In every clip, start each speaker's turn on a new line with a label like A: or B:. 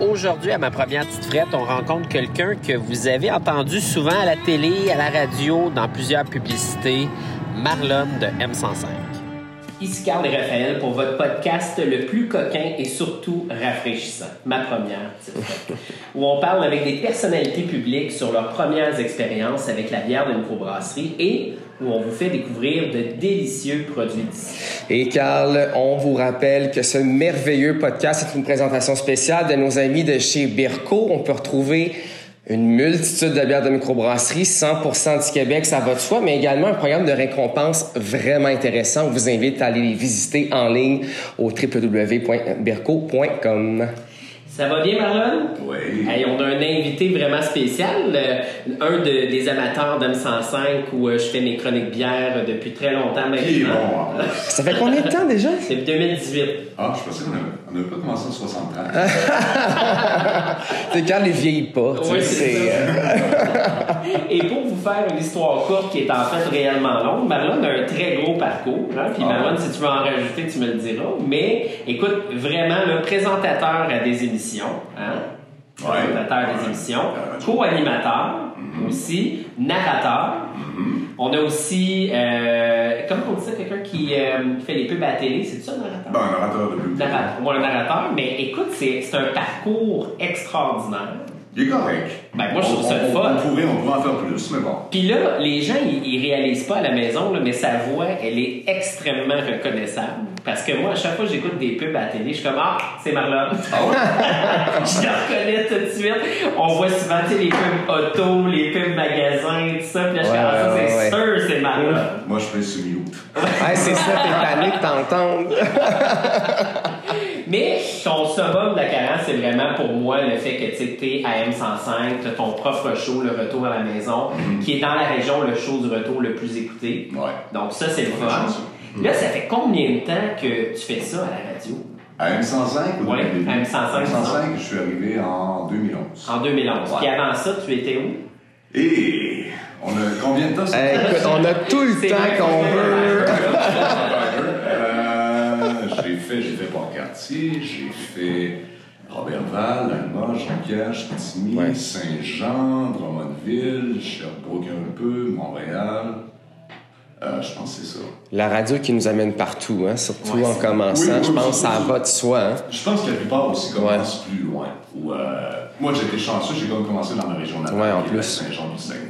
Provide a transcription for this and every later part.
A: aujourd'hui, à ma première petite frette, on rencontre quelqu'un que vous avez entendu souvent à la télé, à la radio, dans plusieurs publicités, Marlon de M105. Ici Carl et Raphaël pour votre podcast le plus coquin et surtout rafraîchissant, ma première petite frette, où on parle avec des personnalités publiques sur leurs premières expériences avec la bière de microbrasserie et où on vous fait découvrir de délicieux produits d'ici.
B: Et Carl, on vous rappelle que ce merveilleux podcast est une présentation spéciale de nos amis de chez Birko. On peut retrouver une multitude de bières de microbrasserie, 100% du Québec, ça va de soi, mais également un programme de récompense vraiment intéressant. On vous invite à aller les visiter en ligne au www.birko.com.
A: Ça va bien, Marlon?
C: Oui.
A: Hey, on a un invité vraiment spécial, euh, un de- des amateurs d'M105 où euh, je fais mes chroniques bières depuis très longtemps
C: Qui est bon hein?
A: maintenant.
C: en plus.
B: Ça fait combien de temps déjà?
A: Depuis 2018.
C: Ah, je pensais qu'on avait- on n'avait pas commencé en 60 ans.
A: Ah.
B: C'est Carl les vieillit pas. tu
A: Oui,
B: sais,
A: c'est
B: c'est,
A: ça.
B: euh,
A: euh, Et pour vous faire une histoire courte qui est en fait réellement longue, Marlon a un très gros parcours. hein, Puis
C: Ah.
A: Marlon, si tu veux en rajouter, tu me le diras. Mais écoute, vraiment, le présentateur à des émissions, hein?
C: Ouais.
A: présentateur des
C: Ouais. Mm-hmm.
A: émissions,
C: Euh,
A: co-animateur aussi, narrateur.
C: Mm-hmm.
A: On a aussi, euh, comment on dit ça, quelqu'un qui euh, fait les pubs à la télé, c'est ça, narrateur?
C: Ben, un orateur de plus.
A: Narrateur, ouais, un narrateur, mais écoute, c'est c'est un parcours extraordinaire.
C: Il est correct.
A: Ben, moi, je trouve
C: On-
A: ça le
C: on-
A: fun.
C: On pourrait, on pourrait en faire plus, mais bon.
A: Puis là, les gens, ils, ils réalisent pas à la maison, là, mais sa voix, elle est extrêmement reconnaissable. Parce que moi, à chaque fois que j'écoute des pubs à la télé, je suis comme Ah, c'est Marlon.
C: Ah ouais?
A: je la reconnais tout de suite. On voit souvent tu sais, les pubs auto, les pubs magasins, tout ça. Puis là, je fais
B: Ouais,
A: Ah, ça,
B: ouais,
A: c'est
B: ouais.
A: sûr, c'est Marlon.
C: Moi, je fais semi août
B: ouais, c'est ça, t'es tanné de t'entendre.
A: Mais ton summum de la carence, c'est vraiment pour moi le fait que tu sais, t'es à M105, t'as ton propre show, le retour à la maison,
B: Mhm.
A: qui est dans la région le show du retour le plus écouté.
C: Ouais.
A: Donc ça, c'est le
C: On a
A: fun.
C: chance.
A: Là, ça fait combien de temps que tu fais ça à la radio?
C: À M105 ou
A: Ouais,
C: au début?
A: à M105,
C: M105, je suis arrivé en 2011.
A: En 2011.
C: Ouais.
A: Puis avant ça, tu étais où?
C: Et on a combien de temps ça
B: Hey, Euh, écoute, on a tout le
A: C'est vrai,
B: temps qu'on
A: c'est
B: veut.
A: vrai.
C: Euh, j'ai fait, j'ai fait Port-Cartier, j'ai fait Robertval, Alma, Jonquière, Chicoutimi,
B: Ouais.
C: Saint-Jean, Drummondville, Sherbrooke un peu, Montréal. Euh, je pense que c'est ça.
B: La radio qui nous amène partout, hein, surtout
A: Ouais,
B: en
A: c'est-
B: commençant,
C: Oui, oui,
B: je pense que
C: oui,
B: ça
C: oui.
B: va de soi. hein.
C: Je pense que la plupart aussi commencent plus loin. Ou, euh, moi, j'étais chanceux, j'ai comme commencé dans ma région natale,
B: Ouais, en
C: qui est
B: plus.
C: à Saint-Jean du Saguenay.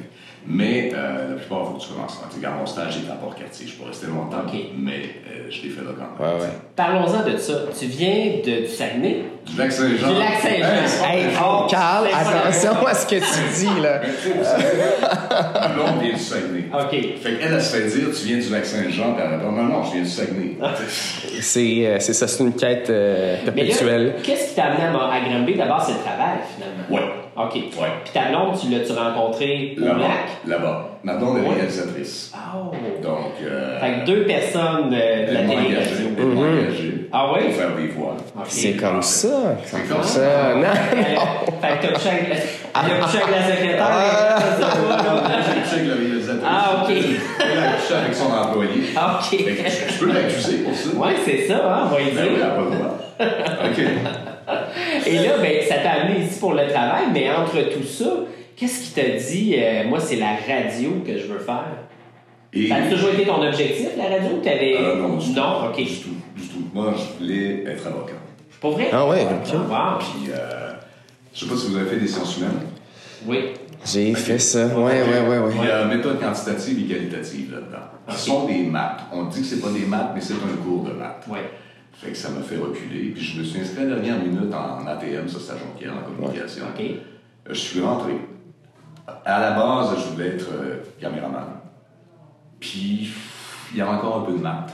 C: Mais euh, la plupart, faut que tu commences. Tu sais, quand mon stage était à Port-Cartier, je pourrais rester longtemps,
A: Ok.
C: mais euh, je l'ai fait là quand même.
B: Ouais, ouais.
A: Parlons-en de ça. Tu viens de, du Saguenay?
C: Du lac Saint-Jean.
A: Du lac Saint-Jean. oh,
C: Hey, c'est pas
B: Hey,
C: quelque chose.
B: Carl,
A: c'est pas
B: attention à ce que tu dis, là.
C: Mais tu sais, vous savez, ma blonde vient du Saguenay.
A: OK.
C: Fait qu'elle, elle se fait dire, tu viens du lac Saint-Jean, puis elle répond, non, non, je viens du Saguenay.
B: C'est euh, c'est ça, c'est une quête euh,
A: Mais là,
B: perpétuelle.
A: qu'est-ce qui t'a amené à, Mont- à Granby? D'abord, c'est le travail, finalement.
C: ouais.
A: OK.
C: Ouais.
A: Puis ta blonde, tu l'as-tu rencontrée au
C: Là-bas.
A: lac?
C: Là-bas. Ma blonde est
A: Ouais.
C: réalisatrice.
A: Oh!
C: Donc, euh,
A: Fait que deux personnes euh, de la
C: elles m'ont
A: télé.
C: engagé.
A: radio.
C: Elles m'ont engagé.
A: Ah oui?
C: Pour faire des voix.
A: OK.
B: C'est comme ça.
C: C'est
B: Comme
C: comme
B: ça. Non,
A: Euh,
B: non.
A: Fait que t'as couché avec la, il a couché avec la secrétaire. mais je sais pas, là.
C: J'ai couché avec la réalisatrice.
A: Ah, ok.
C: Elle a couché avec son employé.
A: Ah, ok.
C: Fait que je je peux l'accuser pour ça.
A: Ouais, c'est ça, hein, on va y
C: Ben
A: dire.
C: oui, elle a pas le droit. OK.
A: Et là, ben, ça t'a amené ici pour le travail, mais entre tout ça, qu'est-ce qui t'a dit, euh, moi, c'est la radio que je veux faire?
C: Et-
A: Ça a toujours été ton objectif, la radio, ou t'avais...
C: Ah, non, du tout.
A: Non, ok.
C: Du tout, du tout. Moi, je voulais être avocat.
A: Pour vrai?
B: Ah ouais,
A: Ah,
B: ok.
A: wow.
C: Puis, euh, je sais pas si vous avez fait des sciences humaines.
A: Oui.
B: J'ai fait ça. Ouais, ouais, ouais, ouais.
C: Il y a méthode euh, quantitative et qualitative là-dedans.
A: Ok.
C: Ce sont des maths. On dit que c'est pas des maths, mais c'est un cours de maths.
A: Ouais.
C: Fait que ça m'a fait reculer. Puis je me suis inscrit à la dernière minute en ATM, ça c'est à Jonquière, en communication.
A: Ok.
C: Euh, Je suis rentré. À la base, je voulais être euh, caméraman. Puis, il y a encore un peu de maths.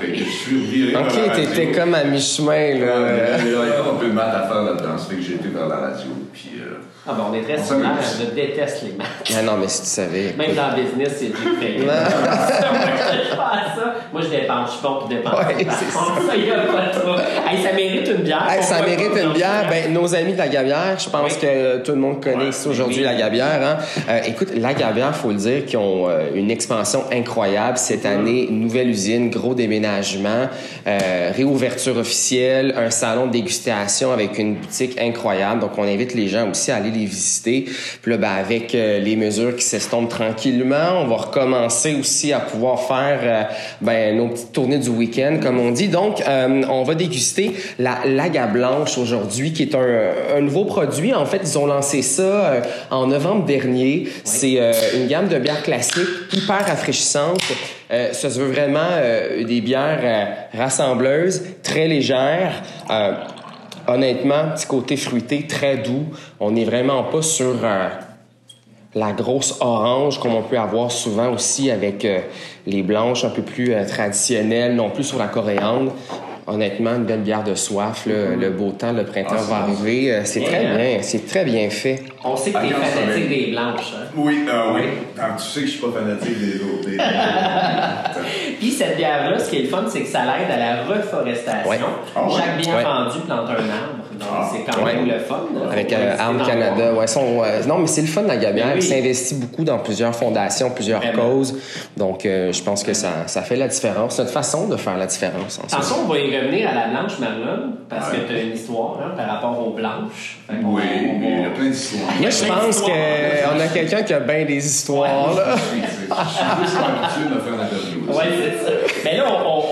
C: Fait que je suis reviré. vers la
B: Ok,
C: radio.
B: t'étais comme euh, à mi-chemin, là.
C: Il y a encore un peu de maths à faire là-dedans. Ça fait que j'ai été vers la radio. Puis, euh,
A: Ah, ben, on est très
C: On
A: similaires,
C: s'amuse.
A: je déteste les maths.
B: Ah non, mais si tu savais. écoute.
A: Même dans le business, c'est du fait. Moi, je fais ça. Moi, je dépense, je suis bon pour dépenser.
B: Ouais,
A: Par
B: c'est
A: contre, ça, y a pas de trouble. Hey, ça mérite une bière.
B: Hey, ça
A: Pourquoi
B: mérite
A: pas?
B: une bière. Ben, nos amis de la Gabière, je pense
A: Oui.
B: que euh, tout le monde connaît
A: Ouais,
B: ici aujourd'hui
A: oui.
B: la Gabière. Hein? Euh, écoute, la Gabière, faut le dire, qui ont euh, une expansion incroyable cette année. Nouvelle usine, gros déménagement, euh, réouverture officielle, un salon de dégustation avec une boutique incroyable. Donc, on invite les gens aussi à aller les visiter. Puis là, ben, avec euh, les mesures qui s'estompent tranquillement, on va recommencer aussi à pouvoir faire euh, ben, nos petites tournées du week-end, comme on dit. Donc, euh, on va déguster la Laga Blanche aujourd'hui, qui est un, un nouveau produit. En fait, ils ont lancé ça euh, en novembre dernier. C'est euh, une gamme de bières classiques hyper rafraîchissante. Euh, ça se veut vraiment euh, des bières euh, rassembleuses, très légères. Euh, honnêtement, petit côté fruité, très doux. On n'est vraiment pas sur euh, la grosse orange comme on peut avoir souvent aussi avec euh, les blanches un peu plus euh, traditionnelles, non plus sur la coréande. Honnêtement, une belle bière de soif, là, le beau temps, le printemps
C: Ah, c'est
B: va
C: bon.
B: arriver. euh, C'est très
D: Yeah.
B: bien, c'est très bien fait.
D: On sait que t'es
C: Ah, non, ça va.
D: fanatique des blanches. hein.
C: Oui, euh, oui. Ah, tu sais que je suis pas fanatique des autres. des-
D: Puis cette bière-là, ce qui est le fun, c'est que ça l'aide à la reforestation.
B: Ouais.
C: Ah ouais?
D: Chaque bien
B: Ouais.
D: pendu plante un arbre. Donc
C: Ah.
D: c'est quand même
B: Ouais.
D: le fun. là.
B: Avec
D: Faut
B: euh,
D: rester
B: Armes
D: dans le
B: Canada. Ouais, sont, euh, non, mais c'est le fun, la Gabière.
D: Mais oui.
B: qui s'investit beaucoup dans plusieurs fondations, plusieurs
D: Vraiment.
B: causes. Donc, euh, je pense que ça, ça fait la différence. C'est notre façon de faire la différence. hein, en
A: Ah,
D: Attention, on va y revenir à la blanche Marlon, parce
C: Ouais.
D: que tu as une histoire hein, par rapport aux blanches. Fait qu'on-
C: Oui,
D: on-
C: mais il y a plein d'histoires.
D: Ah,
B: Moi, je pense
D: Histoire.
B: qu'on a quelqu'un qui a bien des histoires.
C: Je
B: là.
C: suis juste habitué de me faire l'interview.
D: Ouais, c'est ça. Mais là, on, on-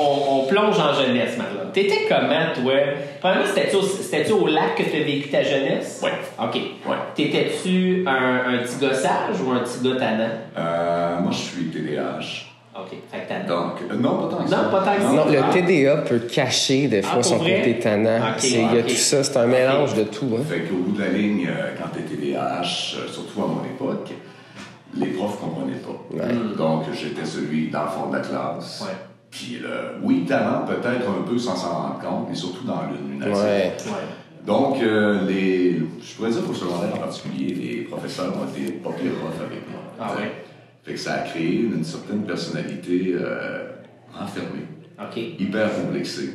D: on- on plonge en jeunesse, Marlon. T'étais comment, toi? Premièrement, c'était-tu au, c'était-tu au lac que tu as vécu ta jeunesse?
C: Ouais.
D: OK.
C: Ouais.
D: T'étais-tu un, un petit gars sage ou un petit gars tannant?
C: Euh, moi, je suis TDAH.
D: OK. Fait que tannant.
C: Donc, euh, non, pas tant que ça.
D: Non, pas tant que ça.
B: Non, le
D: Ah.
B: TDA peut cacher des
D: Ah,
B: fois
D: pour
B: son
D: vrai? Ah,
B: côté tannant.
D: Ok,
B: C'est- Il y a
D: ok.
B: tout ça, c'est un mélange de tout. hein.
C: Fait qu'au bout de la ligne, euh, quand t'es TDAH, euh, surtout à mon époque, les profs comprenaient pas. Donc, j'étais celui dans le fond de la classe.
D: Ouais.
C: Puis, euh, oui, talent, peut-être un peu sans s'en rendre compte, mais surtout dans le lunatique.
B: Ouais.
D: Ouais.
C: Donc, euh, les, je pourrais dire qu'au secondaire en particulier, les professeurs ont été pas plus rough avec moi.
D: Ah ouais.
C: Fait que ça a créé une, une certaine personnalité euh, enfermée,
D: OK.
C: hyper complexée.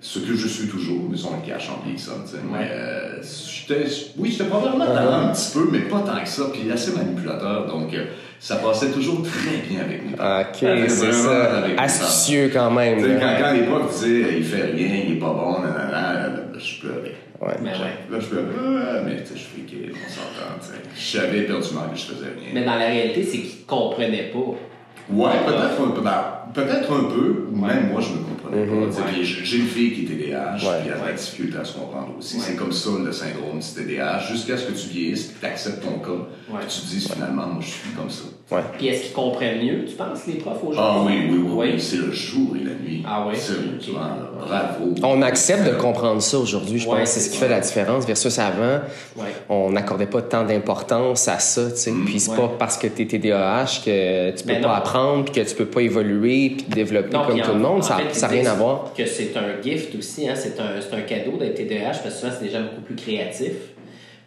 C: Ce que je suis toujours, mais ça, on le cache en vieillissant, tu sais. Mais, euh, j'étais- oui, j'étais probablement talent un petit peu, mais pas tant que ça, puis assez manipulateur, donc euh, ça passait toujours très bien avec mes parents.
B: Ah,
D: Ah,
B: Ok,
C: Très
B: c'est
C: vraiment
B: ça.
C: avec mes parents.
B: Astucieux quand même.
C: Tu sais,
B: là.
C: quand, quand les profs disaient il fait rien, il est pas bon, nanana, là, je pleurais.
B: Ouais.
D: Mais ouais.
C: Là, je pleurais, Ah, mais tu sais, je suis gay, on s'entend, tu sais. J'avais perdu ma vie, je faisais rien.
D: Mais dans la réalité, c'est qu'ils ne comprenaient pas.
C: Ouais, peut-être un peu, ben, peut-être un peu, ou même moi, je me comprenais pas. tu sais. Puis j'ai j'ai une fille qui est TDAH, puis elle a de la difficulté à se comprendre aussi. C'est comme ça, le syndrome du TDAH, jusqu'à ce que tu vieillisses, puis t'acceptes ton cas,
D: Ouais.
C: puis tu te dises finalement, moi, je suis comme ça.
B: Ouais.
D: Puis est-ce qu'ils comprennent mieux, tu penses, les profs
C: Ah
D: aujourd'hui?
C: oui, oui, oui, oui,
D: Oui.
C: c'est le jour et la nuit.
D: Ah oui?
C: Sérieusement, là, bravo.
B: On accepte de comprendre ça aujourd'hui, je
D: Ouais,
B: pense. C'est
D: c'est
B: ce qui
D: ça.
B: fait la différence versus avant.
D: Ouais. Mm,
B: On n'accordait pas tant d'importance à ça, tu sais. Puis c'est
D: ouais.
B: pas parce que t'es TDAH que tu peux
D: Mais
B: pas
D: non.
B: apprendre, puis que tu peux pas évoluer, puis te développer comme
D: puis en-
B: tout le monde.
D: en
B: Ça
D: fait,
B: ça n'a
D: ils
B: rien à
D: disent
B: voir.
D: Que c'est un gift aussi, hein, c'est un, c'est un cadeau d'être TDAH parce que souvent c'est des gens beaucoup plus créatifs.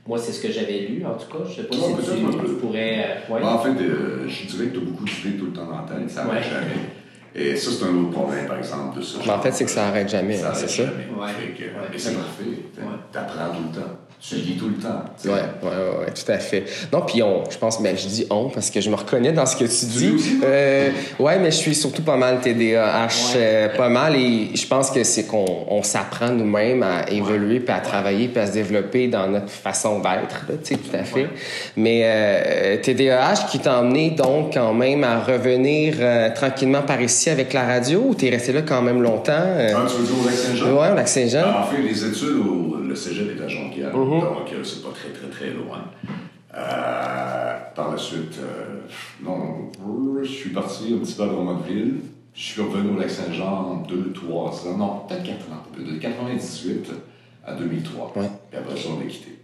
D: Moi, c'est ce que j'avais lu en tout cas. Je sais pas
C: Ouais,
D: si
C: peut-être un
D: tu,
C: peu.
D: tu pourrais. euh, ouais.
C: Ben, en fait, euh, je dirais que tu as beaucoup d'idées tout le temps dans la tête, ça
D: Ouais.
C: n'arrête jamais. Et ça, c'est un autre problème, par exemple, de ça.
B: Mais en fait, c'est que ça arrête jamais, hein, c'est ça.
D: Ouais. Ouais.
C: Et c'est parfait. Tu apprends tout le temps. Tu lis tout le temps. tu
B: Ouais,
C: sais.
B: ouais, ouais, ouais, tout à fait. Non, puis on, je pense, ben, je dis on parce que je me reconnais dans ce que tu dis.
C: aussi?
B: Euh, ouais, mais je suis surtout pas mal TDAH,
D: Ouais.
B: euh, pas mal, et je pense que c'est qu'on on s'apprend nous-mêmes à évoluer, puis à travailler, puis à se développer dans notre façon d'être, là, tu sais, tout à fait. Mais euh, TDAH qui t'a emmené donc quand même à revenir euh, tranquillement par ici avec la radio, ou t'es resté là quand même longtemps? euh?
C: Ah, tu veux dire au lac Saint-Jean?
B: ouais, au lac Saint-Jean?
C: Ah, en fait, les études au le cégep est à Jonquière,
B: Mm-hmm.
C: donc euh, c'est pas très, très, très loin. Euh, par la suite, euh, non, je suis parti un petit peu à Drummondville. Je suis revenu au Lac-Saint-Jean en 2, 3 ans, non, peut-être 4 ans, de 98 à 2003.
B: Ouais.
C: Puis après ça, on a quitté.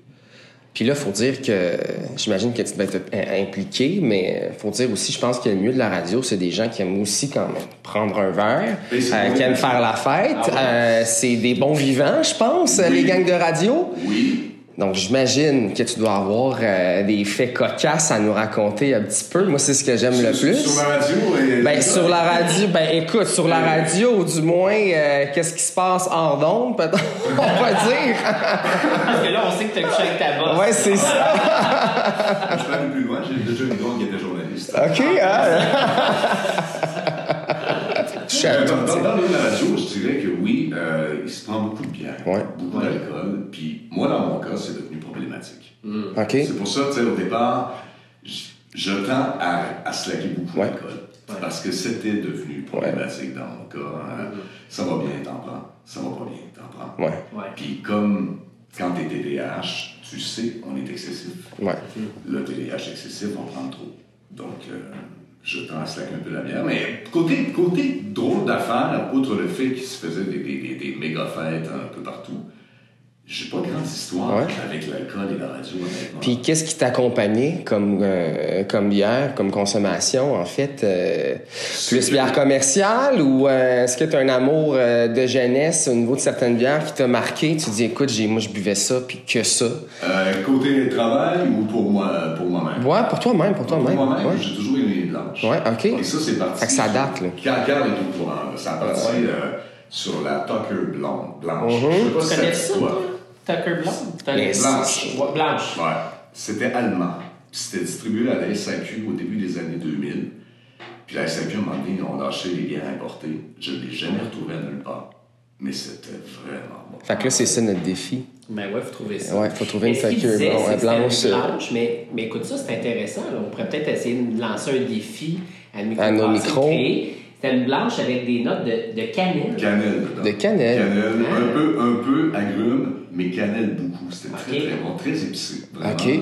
B: Puis là, faut dire que euh, j'imagine que tu vas être euh, impliqué, mais euh, faut dire aussi, je pense que le mieux de la radio, c'est des gens qui aiment aussi quand même prendre un verre,
C: Et c'est
B: euh,
C: bon.
B: qui aiment faire la fête.
D: Ah ouais.
B: Euh, c'est des bons vivants, je pense, euh, les gangs de radio.
C: Oui,
B: Donc j'imagine que tu dois avoir euh, des faits cocasses à nous raconter un petit peu. Moi, c'est ce que j'aime le
C: sur-
B: plus.
C: Sur ma radio et.
B: Ben, sur la radio, ben écoute, sur la radio, du moins, euh, qu'est-ce qui se passe hors d'onde, peut-être, on va dire.
D: Parce que là, on sait que tu as couché avec ta
C: Ah,
D: bosse.
B: Ouais, c'est ça.
C: Je peux aller plus loin,
B: hein?
C: j'ai déjà une grande qui était journaliste.
B: OK, hein?
C: Je
B: touche à
C: dans,
B: tout. tu
C: dans,
B: sais.
C: dans le milieu de la radio, je dirais que oui, euh, il se prend beaucoup de bière,
B: Ouais.
C: beaucoup d'alcool. Puis moi, dans mon cas, c'est devenu problématique.
B: OK?
C: C'est pour ça, tu sais, au départ, je, je tends à, à slacker beaucoup
B: Ouais.
C: d'alcool. Parce que c'était devenu problématique dans mon cas. hein. Ça va bien, t'en prends. Ça va pas bien, t'en prends.
B: Ouais.
C: Puis comme quand t'es TDAH, tu sais, on est excessif.
B: Ouais.
C: Le TDAH excessif, on prend trop. Donc, euh, je tends à slacker un peu la bière. Mais côté, côté drôle d'affaires, outre le fait qu'il se faisait des, des, des- des méga fêtes un peu partout, j'ai pas grande histoire
B: Ouais.
C: avec l'alcool et la radio, honnêtement.
B: Puis qu'est-ce qui t'accompagnait comme, euh, comme bière, comme consommation, en fait? euh, plus bière commerciale ou euh, est-ce que tu as un amour euh, de jeunesse au niveau de certaines bières qui t'a marqué? Tu dis, écoute, j'ai, moi, je buvais ça, puis que ça.
C: Euh, côté travail ou pour moi pour moi-même?
B: Ouais, pour toi-même, pour
C: Pour
B: toi-même.
C: moi-même,
B: ouais.
C: j'ai toujours aimé les blanches.
B: Ouais, OK.
C: Et ça, c'est parti.
B: Fait que ça date, là.
C: Car, car est au courant, là. Ça a parti euh, sur la Tucker blonde, blanche.
B: Mm-hmm.
C: Je sais pas si
A: Tu
C: ça
A: connais
C: dit
A: ça,
C: quoi.
A: toi? Tucker Blonde? T'as-
B: Les-
C: Blanche.
A: Ouais, Blanche.
C: Ouais. C'était allemand. Puis C'était distribué à la SAQ au début des années 2000. Puis la SAQ, à un moment donné, ils ont lâché les bières importées. Je ne l'ai jamais retrouvé nulle part. Mais c'était vraiment bon.
B: Fait que là, c'est ça notre défi.
A: Ben ouais, faut trouver ça.
B: Ouais, faut trouver une
A: Mais ce qu'il
B: facture
A: disait,
B: blanche,
A: c'est que c'était une
B: blanche, euh,
A: blanche, mais, mais écoute ça, c'est intéressant. là. On pourrait peut-être essayer de lancer un défi à, une
B: À nos
A: microbrasserie
B: micros.
A: créée. C'était une blanche avec des notes de, de cannelle.
C: Cannelle. dedans.
B: De cannelle.
C: Cannelle,
A: Ah.
C: un peu, un peu agrume, mais cannelle beaucoup. C'était très,
A: Ok.
C: très bon, très épicé. Vraiment.
B: Ok.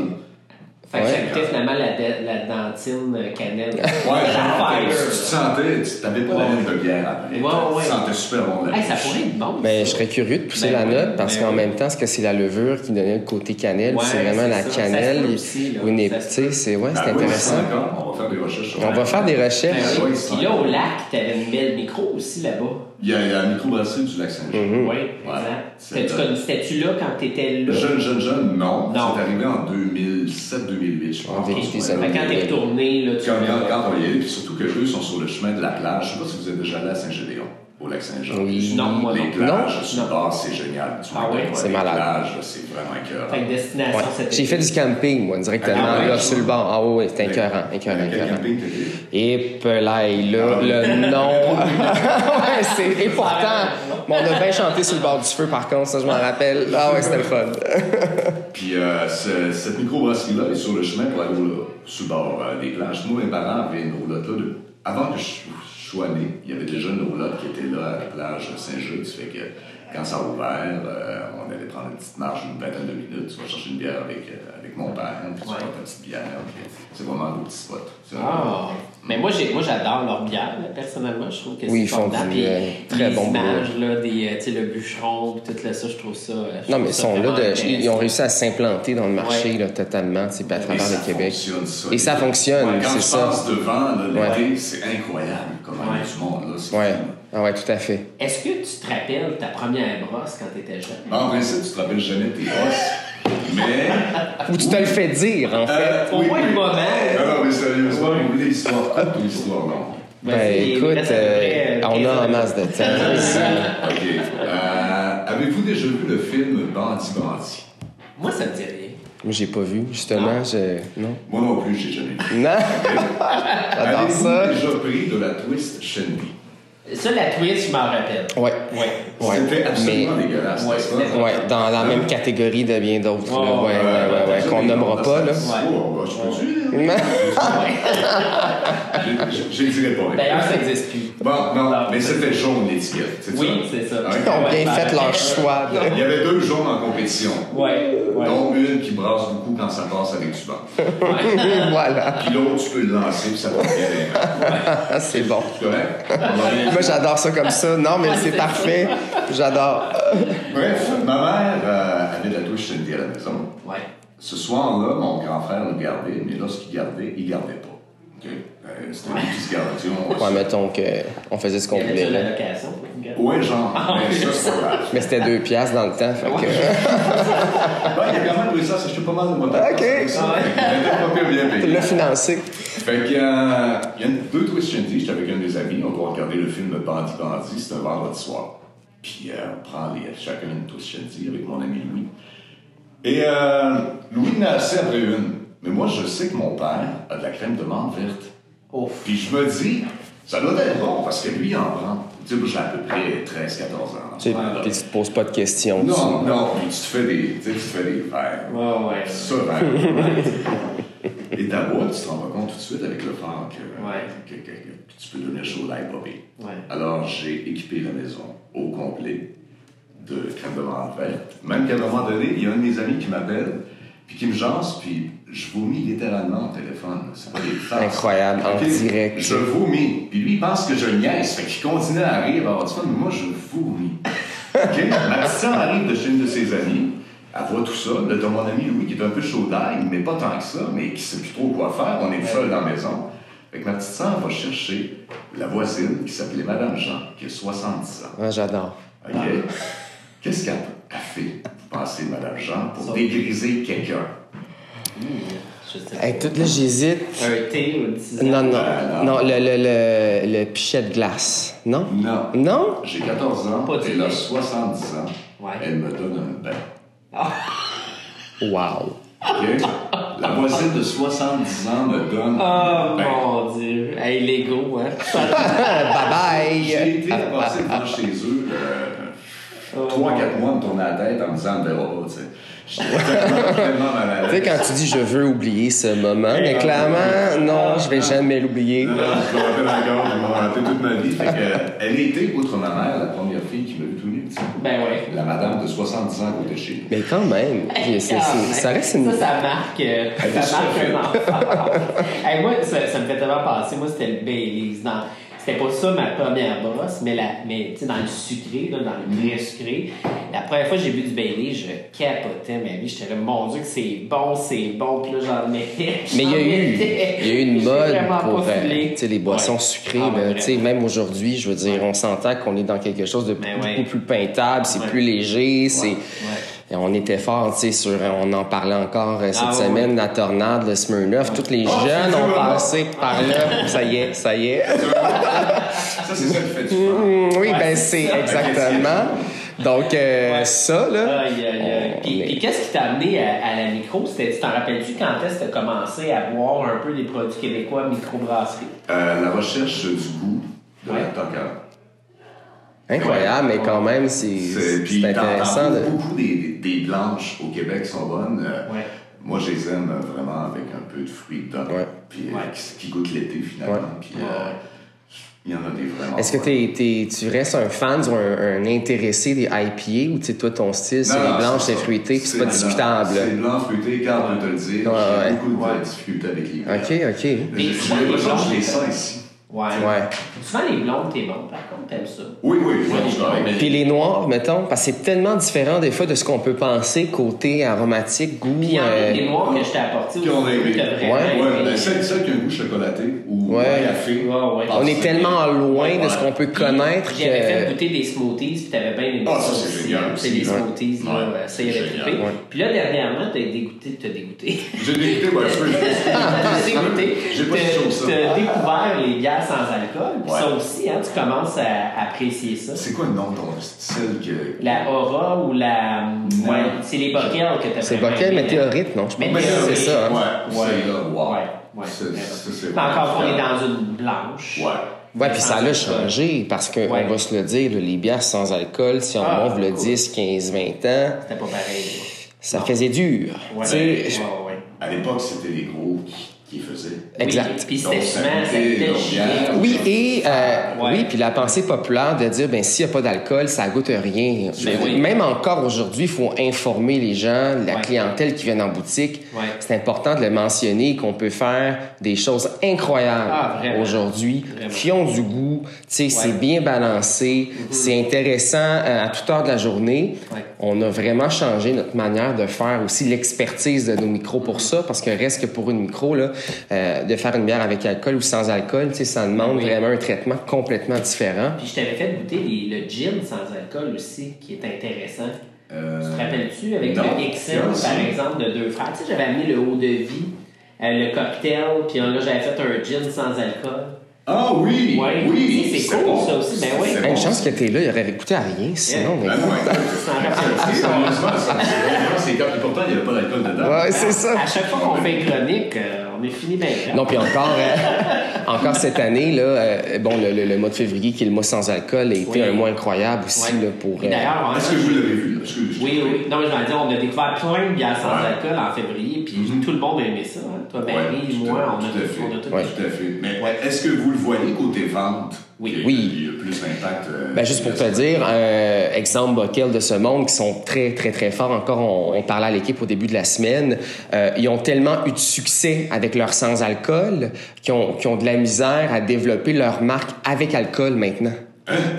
A: Fait que
B: Ouais.
A: j'habitais finalement la, de- la dentine euh, cannelle.
C: Ouais, genre,
A: Fire,
C: tu
A: là.
C: te sentais, tu t'avais pas la même de bière après.
A: Ouais, ouais.
C: Tu sentais super bon. la
A: Hey, ça
C: bouche.
A: pourrait être bon.
B: Mais je
A: ça.
B: serais curieux de pousser
A: Ben
B: la
A: oui,
B: note parce
A: ben
B: qu'en
A: oui.
B: même temps, ce que c'est la levure qui donnait le côté cannelle,
A: Ouais,
B: c'est vraiment
A: c'est
B: la
A: ça, ça se
B: cannelle
A: peut aussi, là.
B: ou une
A: Ça
B: ép-
A: se
B: tu sais, c'est ouais,
C: Ah
B: c'est
C: oui,
B: intéressant.
C: d'accord, On va faire des recherches sur
B: On va faire des
A: Ben
B: recherches.
A: oui.
C: Ouais,
A: Puis là, au lac, t'avais une belle micro aussi là-bas.
C: Il y a, il y a la microbrasserie du Lac-Saint-Jean.
B: Mm-hmm. Mm.
A: Oui, exact.
C: c'est
A: T'as-tu
C: là.
A: connu- C'était-tu là quand t'étais là?
C: Jeune, jeune, jeune, non.
A: Non.
C: C'est arrivé en 2007-2008, je pense.
B: On vérifie
C: Ouais.
B: ça.
A: Fait que quand t'es retourné, là, tu
C: Quand, quand- quand on y est, puis surtout que eux sont sur le chemin de la plage. Je sais pas si vous êtes déjà allé à Saint-Gédéon, au Lac-Saint-Jean.
B: Oui.
A: Non, moi
C: Les
A: non.
C: plages,
A: Non.
C: sur le bord, c'est génial. Tu
A: Ah
C: vois,
A: ouais?
C: les
A: C'est
B: malade.
C: plages, là, c'est vraiment écœurant.
A: Fait que destination,
B: Ouais.
A: c'était.
B: J'ai fait du camping, moi, directement,
C: Ah ouais?
B: là, sur le bord. Ah oui, oui, c'était écœurant, écœurant,
C: Quel
B: écœurant.
C: camping t'as
B: Et pelaille,
A: Ah
B: là, le nom. ouais, c'est important. Mais on a bien chanté sur le bord du feu, par contre, ça, je m'en rappelle. Ah ouais, c'était le fun.
C: Puis euh, ce- cette microbrasserie-là est sur le chemin pour aller au, sur le bord euh, des plages. Moi, mes parents avaient une roulotte là. de- Avant que je, je sois né, il y avait déjà une roulotte qui était là à la plage Saint-Jude. Ça fait que quand ça a ouvert, euh, on allait prendre une petite marche d'une vingtaine de minutes. Tu vas chercher une bière avec, euh, avec mon père, puis tu
A: Ouais.
C: prends ta petite bière. puis C'est vraiment un beau petit spot. C'est
A: Ah!
C: vraiment-
A: Mais moi, j'ai, moi, j'adore leur bière, là, personnellement. Je trouve que
B: Oui,
A: c'est
B: ils font
A: formidable.
B: du,
A: Puis
B: euh, très
A: les
B: bon
A: images, là, des, euh, tu sais, le bûcheron, puis tout là, ça, je trouve ça. euh, je
B: Non,
A: trouve
B: mais ils
A: ça
B: sont là,
A: vraiment
B: de- ils ont
A: intéressant.
B: réussi à s'implanter dans le marché,
A: Ouais.
B: là, totalement, tu sais, puis à
C: Et
B: travers
C: ça
B: le Québec.
C: fonctionne, ça.
B: Et ça fonctionne,
C: Ouais, quand
B: c'est
C: je
B: ça.
C: passe devant là, l'été, c'est incroyable comment il y a du monde là. c'est
B: Ouais.
C: fou.
B: Ah ouais, tout à fait.
A: Est-ce que tu te rappelles ta première brosse quand t'étais jeune?
C: En principe, tu te rappelles jamais de tes os, mais.
B: Ou tu te le fais dire, hein. en fait.
C: Euh,
A: Au moins le moment. hein.
C: Non, non, mais sérieusement, vous voulez l'histoire courte ou l'histoire longue?
A: Ben,
B: Ben
A: c'est-
B: écoute,
A: là, ça devrait,
B: euh,
A: euh,
B: on a en
A: 15
B: masse de temps ici.
C: Ok. Euh, Avez-vous déjà vu le film Bandit Bandit?
A: Moi, ça me dit rien.
B: Moi, j'ai pas vu, justement.
A: Non.
B: Je... Non.
C: Moi non plus, j'ai jamais vu.
B: Non. J'adore
C: Avez-vous
B: ça.
C: déjà pris de la twist Shendy?
A: Ça, la twist, je m'en rappelle.
B: Ouais.
A: Ouais.
B: Ouais.
C: C'était absolument
B: Mais-
C: dégueulasse,
A: Ouais,
C: n'est-ce
A: c'était-
C: pas?
B: Ouais, dans la même catégorie de bien d'autres. là.
A: Oh,
B: ouais, ouais,
C: Euh,
B: ouais, ouais,
C: j'ai
B: Qu'on
C: des
B: nommera pas, là.
C: conversations. Oh, bah, je peux
B: Non.
C: dire. Je- je- Je ne dirai pas.
A: D'ailleurs, ça n'existe plus.
C: Bon, non, mais c'était jaune l'étiquette, c'est ça?
A: Oui, c'est ça.
C: Ok.
B: Ils ont bien
A: Ouais,
B: fait
A: bah,
B: leur
A: euh,
B: choix. là.
C: Il y avait deux jaunes en compétition.
A: Ouais, ouais.
C: Dont une qui brasse beaucoup quand ça passe avec du vent.
B: voilà.
C: Puis l'autre, tu peux le lancer, puis ça va bien.
B: Ah, c'est bon.
C: C'est correct? On va rien-
B: Moi, j'adore ça comme ça. Non, mais c'est parfait. J'adore.
C: Bref, ma mère euh, avait la douche Shindy à la maison.
A: Ouais.
C: Ce soir-là, mon grand frère le gardait, mais lorsqu'il gardait, il gardait pas. OK? Euh, C'était lui qui se gardait. on-
B: Ouais, mettons qu'on faisait ce qu'on
A: Il y avait
B: voulait.
A: déjà la
B: là.
A: location.
C: Ouais, genre, mais
A: oui.
C: ça, c'est pas grave.
B: Mais c'était deux piastres dans le temps. fait que-
C: Ben, il a quand même réussi à s'acheter pas mal de moteurs.
B: OK.
C: Il était pas pire bien
B: Tu
C: payé.
B: l'as financé.
C: Fait qu'il y a, il y a une- deux twists Shindy, j'étais avec un des amis, on doit regarder le film Bandit Bandit, c'est un vendredi soir. Puis euh, on prend les, chacun une twist Shindy avec mon ami Louis. Et euh, Louis n'a assez après une. Mais moi, je sais que mon père a de la crème de menthe verte.
A: Ouf.
C: Puis je me dis, Ça doit être bon, parce que lui, il en prend. Tu sais, moi, j'ai à peu près 13-14 ans.
B: Tu sais,
C: Ouais,
B: puis tu te poses pas de questions. tu-
C: Non, non, puis tu te fais des, tu sais, tu te fais des verres.
A: Ouais, ouais.
C: Ça, verre. Et ta voix, tu te rends pas compte tout de suite avec le phare que,
A: Ouais.
C: que, que- que tu peux donner chaud à Bobby.
A: Ouais.
C: Alors, j'ai équipé la maison au complet de crème de menthe verte. Même qu'à un moment donné, il y a un de mes amis qui m'appelle, puis qui me jase, puis je vomis littéralement au téléphone. C'est pas des farces.
B: Incroyable, en
C: Ok?
B: direct.
C: Je vomis. Puis lui, il pense que je niaise, fait qu'il continue à rire, à avoir du fun, mais moi, je vomis. OK? Ma petite sœur arrive de chez une de ses amies. Elle voit tout ça. Là, t'as mon ami Louis qui est un peu chaud d'ail, mais pas tant que ça, mais qui sait plus trop quoi faire. On est seul dans la maison. Fait que ma petite sœur va chercher la voisine qui s'appelait Madame Jean, qui a 70 ans.
B: Ah, j'adore.
C: OK? Qu'est-ce qu'elle a fait, vous pensez, Madame Jean, pour dégriser quelqu'un?
A: Je sais
B: Hey, tout là, j'hésite.
A: Un thé ou une tisane.
B: Non, non.
C: Euh, non.
B: Non, le, le, le, le pichet de glace. Non?
C: Non.
B: Non?
C: J'ai 14 ans,
A: Pas du
C: elle a
A: lait.
C: 70 ans.
A: Ouais.
C: Elle me donne un bain.
B: Wow.
C: OK? La voisine de 70 ans me donne
A: Oh
B: Ah.
C: un bain.
A: mon dieu. Hey, l'ego, hein.
B: Bye-bye!
C: J'ai été passer
B: ah,
C: devant chez eux
A: Oh.
C: 3-4 mois, me tourner la tête en me disant, on verra pas, tu sais. J'étais tellement, tellement mal à
B: Tu sais,
C: l'aise.
B: quand tu dis je veux oublier ce moment, mais
A: euh,
B: clairement, non, je vais jamais l'oublier.
C: Non, non, je me rappelle encore, je m'en rappelle toute ma vie. Fait que, elle était, outre ma mère, la première fille qui m'a vu tout nu, tu sais.
A: Ben ouais.
C: La madame de 70 ans côté chez nous.
B: Mais quand même, c'est- c'est- c'est- ça reste une.
A: Ah, Ça, ça marque, euh,
C: c'est
A: ça marque
C: sûr.
A: un enfant. Hey, moi, ça, ça me fait tellement penser. Moi, c'était le Baileys. dans- C'était pas ça ma première brosse, mais, la, mais tu sais, dans le sucré, là, dans le très sucré. La première fois que j'ai bu du Baileys, je capotais ma vie. J'étais là, mon Dieu, que c'est bon, c'est bon. Puis là, j'en mettais.
B: Mais il y a
A: j'en
B: eu,
A: mettais.
B: il y a eu une
A: J'ai
B: mode
A: vraiment
B: pour
A: pas
B: euh,
A: filé.
B: tu sais, les boissons
A: Ouais.
B: sucrées.
A: Ah, ouais,
B: là,
A: vraiment.
B: tu sais, même aujourd'hui, je veux dire, on s'entend qu'on est dans quelque chose de
A: Mais
B: beaucoup
A: ouais.
B: plus peintable, c'est
A: Ouais.
B: plus léger, c'est.
A: Ouais.
B: Et On était fort, tu sais, sur. On en parlait encore euh, cette
A: Ah, ouais, Ah,
B: semaine, la tornade, le Smirnoff. Toutes les jeunes ont
A: hein.
B: passé par là. Ça y est, ça y est.
C: Ça, c'est ça qui fait du fun.
B: Mm, Oui,
A: c'est
B: ben c'est
A: ça.
B: exactement. Donc, euh, ça, là.
A: Aïe, aïe, aïe.
B: on
A: Puis,
B: est-
A: puis qu'est-ce qui t'a amené à, à la micro? C'était- Tu t'en rappelles-tu quand est-ce que tu as commencé à boire un peu des produits québécois microbrasserie?
C: Euh, la recherche du goût de
A: Ouais.
C: la toqueur.
B: Incroyable, mais quand même, c'est
C: C'est- Puis
B: c'est intéressant.
C: t'entends
B: De...
C: beaucoup des, des des blanches au Québec sont bonnes. Euh,
A: Ouais.
C: Moi, je les aime vraiment avec un peu de fruits dedans.
B: Ouais.
C: Puis euh,
A: Ouais.
C: qui, qui goûtent l'été finalement.
B: Ouais.
C: Puis euh, il y en a des vraiment.
B: Est-ce que
C: bonnes.
B: t'es- t'es- tu restes un fan ou un, un intéressé des IPA ou tu sais, toi, ton style, c'est
C: Non,
B: les
C: non,
B: blanches,
C: ça.
B: c'est fruité, puis c'est pas
C: blanc.
B: discutable.
C: C'est blanc fruité, car je te le dire,
B: Ouais, ouais.
C: j'ai beaucoup de difficultés avec les blancs.
B: OK, OK.
C: J'ai j'ai l'impression que je les sens ici.
A: Ouais.
B: Ouais.
A: Souvent, les blondes, t'es bon, par contre, t'aimes ça.
C: Oui, oui, oui, je suis correct.
B: Puis les noirs, mettons, parce que c'est tellement différent des fois de ce qu'on peut penser côté aromatique, goût.
A: Puis il y en a
B: euh,
A: des noirs que je t'ai apportés
C: Puis on a aimé.
A: aussi, t'as vraiment
B: Ouais.
A: aimé.
C: Ouais, ben, celle, celle qui a un goût chocolaté ou
B: Ouais.
C: un café. Ah,
A: Ouais, ouais.
B: on est tellement loin de ce
C: Ouais.
B: qu'on peut connaître que.
A: J'avais fait goûter des smoothies, puis t'avais bien aimé
C: Ah, ça,
A: aussi.
C: c'est génial
A: C'est
C: aussi.
A: des smoothies,
C: Ouais.
A: là, ça y
C: C'est
A: avait
C: génial.
A: trippé.
C: Ouais.
A: Puis là, dernièrement, t'as dégoûté, t'as dégoûté.
C: J'ai dégoûté, ouais, je peux-
B: Ah,
A: T'as dégoûté.
C: J'ai pas si chaud que ça.
A: T'as découvert les bières sans alcool. puis
C: Ouais.
A: Ça aussi, hein, tu commences à apprécier ça.
C: C'est quoi le nom de ton celle que.
A: La aura ou la. Ouais, c'est les bockels que t'as
B: C'est
A: vraiment
B: Bockel
A: aimé, hein.
B: Bah, météorite, non? Je pense que
A: Météorite.
B: c'est ça. hein.
C: Ben, Ouais,
A: Ouais.
C: c'est là, wow.
A: Ouais, ouais.
C: C'est- c'est- c'est
A: Pas encore qu'on
C: vraiment
A: est dans une blanche.
C: Ouais.
B: Ouais, puis ça l'a
A: Sans alcool.
B: changé parce qu'on
A: Ah, Ouais.
B: va se le dire, là, les bières sans alcool, si on
A: Ah,
B: monte le
A: cool.
B: 10, 15, 20 ans,
A: C'était pas pareil.
B: ça faisait dur.
A: Ouais.
B: Tu sais,
A: ouais,
B: je-
A: ouais.
C: À l'époque, c'était les gros qui, qui faisaient.
B: Exact.
A: Oui, puis c'était
C: Donc, ça
A: souvent, ça
C: goûtait
A: goûtait
C: leur
A: chier.
C: bière.
B: Oui, et euh,
A: Ouais.
B: oui, puis la pensée populaire de dire ben s'il n'y a pas d'alcool, ça goûte rien.
A: Ben oui.
B: Même encore aujourd'hui, il faut informer les gens, la
A: Ouais.
B: clientèle qui vient en boutique.
A: Ouais.
B: C'est important de le mentionner qu'on peut faire des choses incroyables
A: Ah, vraiment.
B: aujourd'hui
A: Vraiment. Mm-hmm.
B: qui ont du goût, tu sais, c'est bien balancé, c'est intéressant euh, à toute heure de la journée.
A: Ouais.
B: On a vraiment changé notre manière de faire aussi l'expertise de nos micros pour ça, parce que reste que pour une micro, là, euh, de faire une bière avec alcool ou sans alcool, tu sais, ça demande
A: Oui.
B: vraiment un traitement complètement différent.
A: Puis je t'avais fait goûter les- le gin sans alcool aussi, qui est intéressant.
C: Euh,
A: Tu te rappelles-tu avec
C: non.
A: le XL,
C: Bien
A: par
C: aussi.
A: exemple, de deux frères? Tu sais, j'avais amené le haut de vie, euh, le cocktail, puis là, j'avais fait un gin sans alcool.
C: Ah oui!
A: Ouais.
C: Oui!
A: C'est cool, ça aussi, ben oui.
C: C'est
B: Hey, une
C: bon,
B: chance que
C: ça.
B: t'es là, il aurait écouté à rien, sinon.
A: Yeah.
B: mais-
C: Ben non, ouais.
A: Sans rappel.
C: C'est- honnêtement, ça- c'est- C'est comme- et pourtant, il n'y avait pas d'alcool dedans.
B: Ouais, c'est ça.
A: À chaque fois qu'on fait une chronique, euh, on est fini bien.
B: Non, puis encore, euh, Encore cette année, là, euh, bon, le, le- le mois de février, qui est le mois sans alcool, a
A: Oui.
B: été un mois incroyable aussi
A: Ouais.
B: là, pour.
A: Et
B: euh,
A: D'ailleurs, on-
C: Est-ce que vous l'avez vu? Est-ce que-
A: Oui, oui. Non, mais je vais dire, on a découvert plein de bières sans
C: Ouais. Mm-hmm.
A: alcool en février, puis tout le monde a aimé ça. hein. Toi,
C: Ouais,
A: Marie,
C: tout
A: moi,
C: à-
A: on a
C: tout à
A: tout,
C: fait.
A: on a tout.
B: Ouais.
C: Tout à fait. Mais
A: Ouais.
C: est-ce que vous le voyez côté vente?
A: Oui.
C: qu'il y a-
B: Oui.
C: Il y a plus d'impact. euh,
B: Ben, juste pour te
C: là-dessus?
B: dire, euh, exemple Bockel de ce monde qui sont très très très forts. Encore, on, on parlait à l'équipe au début de la semaine. Euh, ils ont tellement eu de succès avec leur sans alcool qu'ils ont, qu'ils ont de la misère à développer leur marque avec alcool maintenant.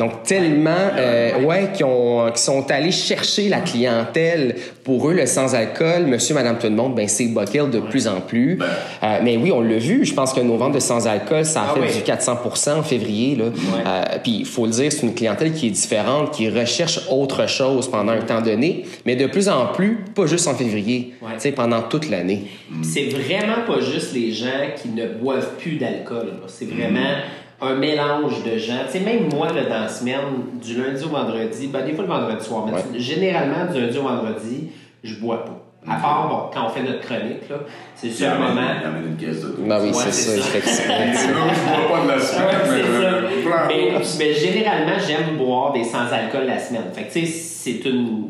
B: Donc tellement euh, ouais qui ont qui sont allés chercher la clientèle pour eux le sans alcool monsieur madame tout le monde ben c'est Bockel de plus en plus
A: Ben.
B: Euh, mais oui on l'a vu je pense que nos ventes de sans alcool ça a
A: Ah
B: fait
A: oui.
B: du 400 en février. là. Euh, Puis il faut le dire, c'est une clientèle qui est différente, qui recherche autre chose pendant un temps donné, mais de plus en plus, pas juste en février,
A: Ouais.
B: tu sais, pendant toute l'année.
A: Puis C'est vraiment pas juste les gens qui ne boivent plus d'alcool. là. C'est
C: Mm-hmm.
A: vraiment un mélange de gens. Tu sais, même moi, là, dans la semaine, du lundi au vendredi, ben, des fois le vendredi soir, mais
B: Ouais.
A: tu- généralement, du lundi au vendredi, je bois pas. À
C: Mm-hmm.
A: part, bon, quand on fait notre chronique, là, c'est le
C: Il
A: seul
C: amène-
A: moment...
C: il amène une caisse de dos.
B: Ben oui,
A: Ouais,
B: c'est
A: c'est ça.
B: ça, il fait exprès,
C: Et
B: tu sais.
C: là, je vois pas de la suite,
A: Ah Ouais,
C: mais,
A: c'est
C: euh,
A: ça.
C: plan.
A: Mais, mais généralement, j'aime boire des sans-alcool la semaine. Fait que, tu sais, c'est une.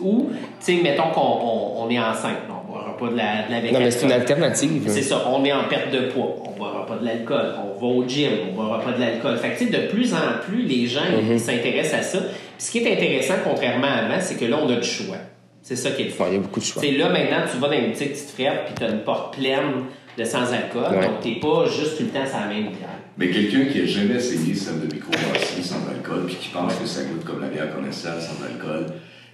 A: Ou, tu sais, mettons qu'on on, on est enceinte. Non, on boira pas de la, de la avec
B: Non, mais c'est une
A: alcool.
B: alternative.
A: C'est ça, on est en perte de poids, on boira pas de l'alcool, on va au gym, on boira pas de l'alcool. Fait que, tu sais, de plus en plus, les gens ils
B: Mm-hmm.
A: s'intéressent à ça. Puis ce qui est intéressant, contrairement à avant, c'est que là, on a du choix. C'est ça qui est le fun.
B: Ouais, il y a beaucoup de choix.
A: Tu sais, là, maintenant, tu vas dans une petite petite frette, puis t'as une porte pleine de sans-alcool,
B: Ouais.
A: donc t'es pas juste tout le temps sur la même bière.
C: Mais quelqu'un qui a jamais essayé celle de microbrasserie sans alcool, puis qui pense que ça goûte comme la bière commerciale sans alcool,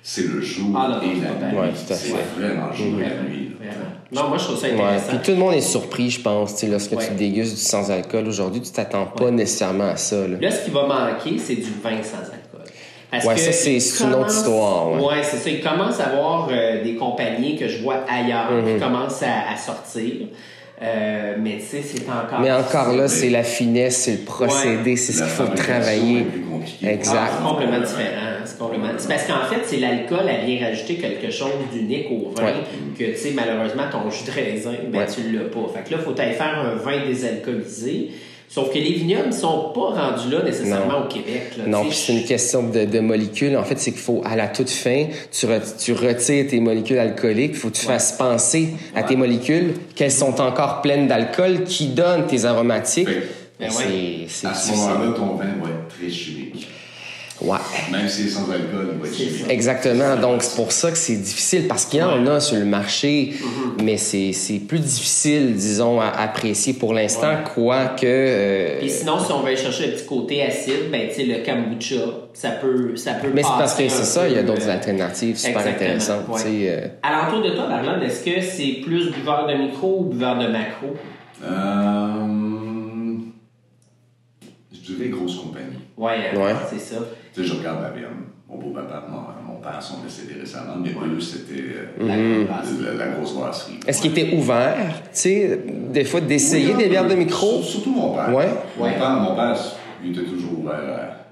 C: c'est le jour
A: Ah, non,
C: et la
A: c'est
C: nuit.
B: vrai. Ouais, tout à
C: c'est
B: fait.
C: vraiment le jour et la nuit. là.
A: Vraiment. Non, moi, je trouve ça
B: Ouais,
A: intéressant.
B: Puis tout le monde est surpris, je pense, tu sais, lorsque
A: Ouais.
B: tu dégustes du sans-alcool. Aujourd'hui, tu t'attends pas nécessairement à ça. là.
A: Là, ce qui va manquer, c'est du vin sans alcool. Parce
B: Ouais,
A: que
B: ça, c'est-
A: il
B: c'est une autre
A: commence-
B: histoire, ouais.
A: Ouais, c'est ça. Il commence à avoir euh, des compagnies que je vois ailleurs
B: Mhm.
A: qui commencent à, à sortir. Euh, mais tu sais, c'est encore.
B: Mais encore là, c'est la finesse, c'est le procédé, c'est ce
C: La
B: qu'il faut
C: fabrication est
B: travailler.
C: plus compliquée.
B: Exact.
A: Ah, c'est complètement différent. C'est complètement... c'est parce qu'en fait, c'est l'alcool, elle vient rajouter quelque chose d'unique au vin
B: Ouais.
A: que, tu sais, malheureusement, ton jus de raisin, ben,
B: Ouais.
A: tu l'as pas. Fait que là, faut aller faire un vin désalcoolisé. Sauf que les vignobles sont pas rendus là nécessairement au Québec. là.
B: Non,
A: Tu sais,
B: puis c'est une question de, de molécules. En fait, c'est qu'il faut, à la toute fin, tu, re- tu retires tes molécules alcooliques. Il faut que tu fasses penser à tes molécules qu'elles sont encore pleines d'alcool qui donnent tes aromatiques.
C: Fait que,
A: Ben
B: C'est-
A: ouais.
B: c'est
C: À ce
B: difficile.
C: moment-là, ton vin va être très chimique.
B: Ouais.
C: Même si c'est sans alcool, il va être
A: C'est
C: chimique.
B: Exactement. Donc, c'est pour ça que c'est difficile parce qu'il y en a sur le marché,
A: Mm-hmm.
B: mais c'est c'est plus difficile, disons, à apprécier pour l'instant, quoique. euh,
A: Et sinon, si on veut aller chercher le petit côté acide, ben, tu sais, le kombucha, ça peut, ça peut
B: mais c'est parce
A: passer
B: que
A: un
B: c'est ça, il y a
A: peu,
B: d'autres
A: euh,
B: alternatives super
A: exactement,
B: intéressantes.
A: ouais.
B: tu sais, euh,
A: À l'entour de toi, Marlon, est-ce que c'est plus buveur de micro ou buveur de macro?
C: Euh, je dirais grosse compagnie.
A: Ouais, hein,
B: Ouais.
A: c'est ça.
C: Tu sais, je regarde ma mère, mon beau-papa, mon, mon père sont décédés récemment, mais eux, c'était euh, la, la grosse brasserie.
B: Mm-hmm. Est-ce qu'il était ouvert, tu sais, des fois d'essayer
C: Oui,
B: des
C: un
B: bières de
C: peu.
B: micro?
C: Sur- Surtout mon père.
B: Ouais.
C: Mon
A: Ouais.
C: père, mon père, il était toujours ouvert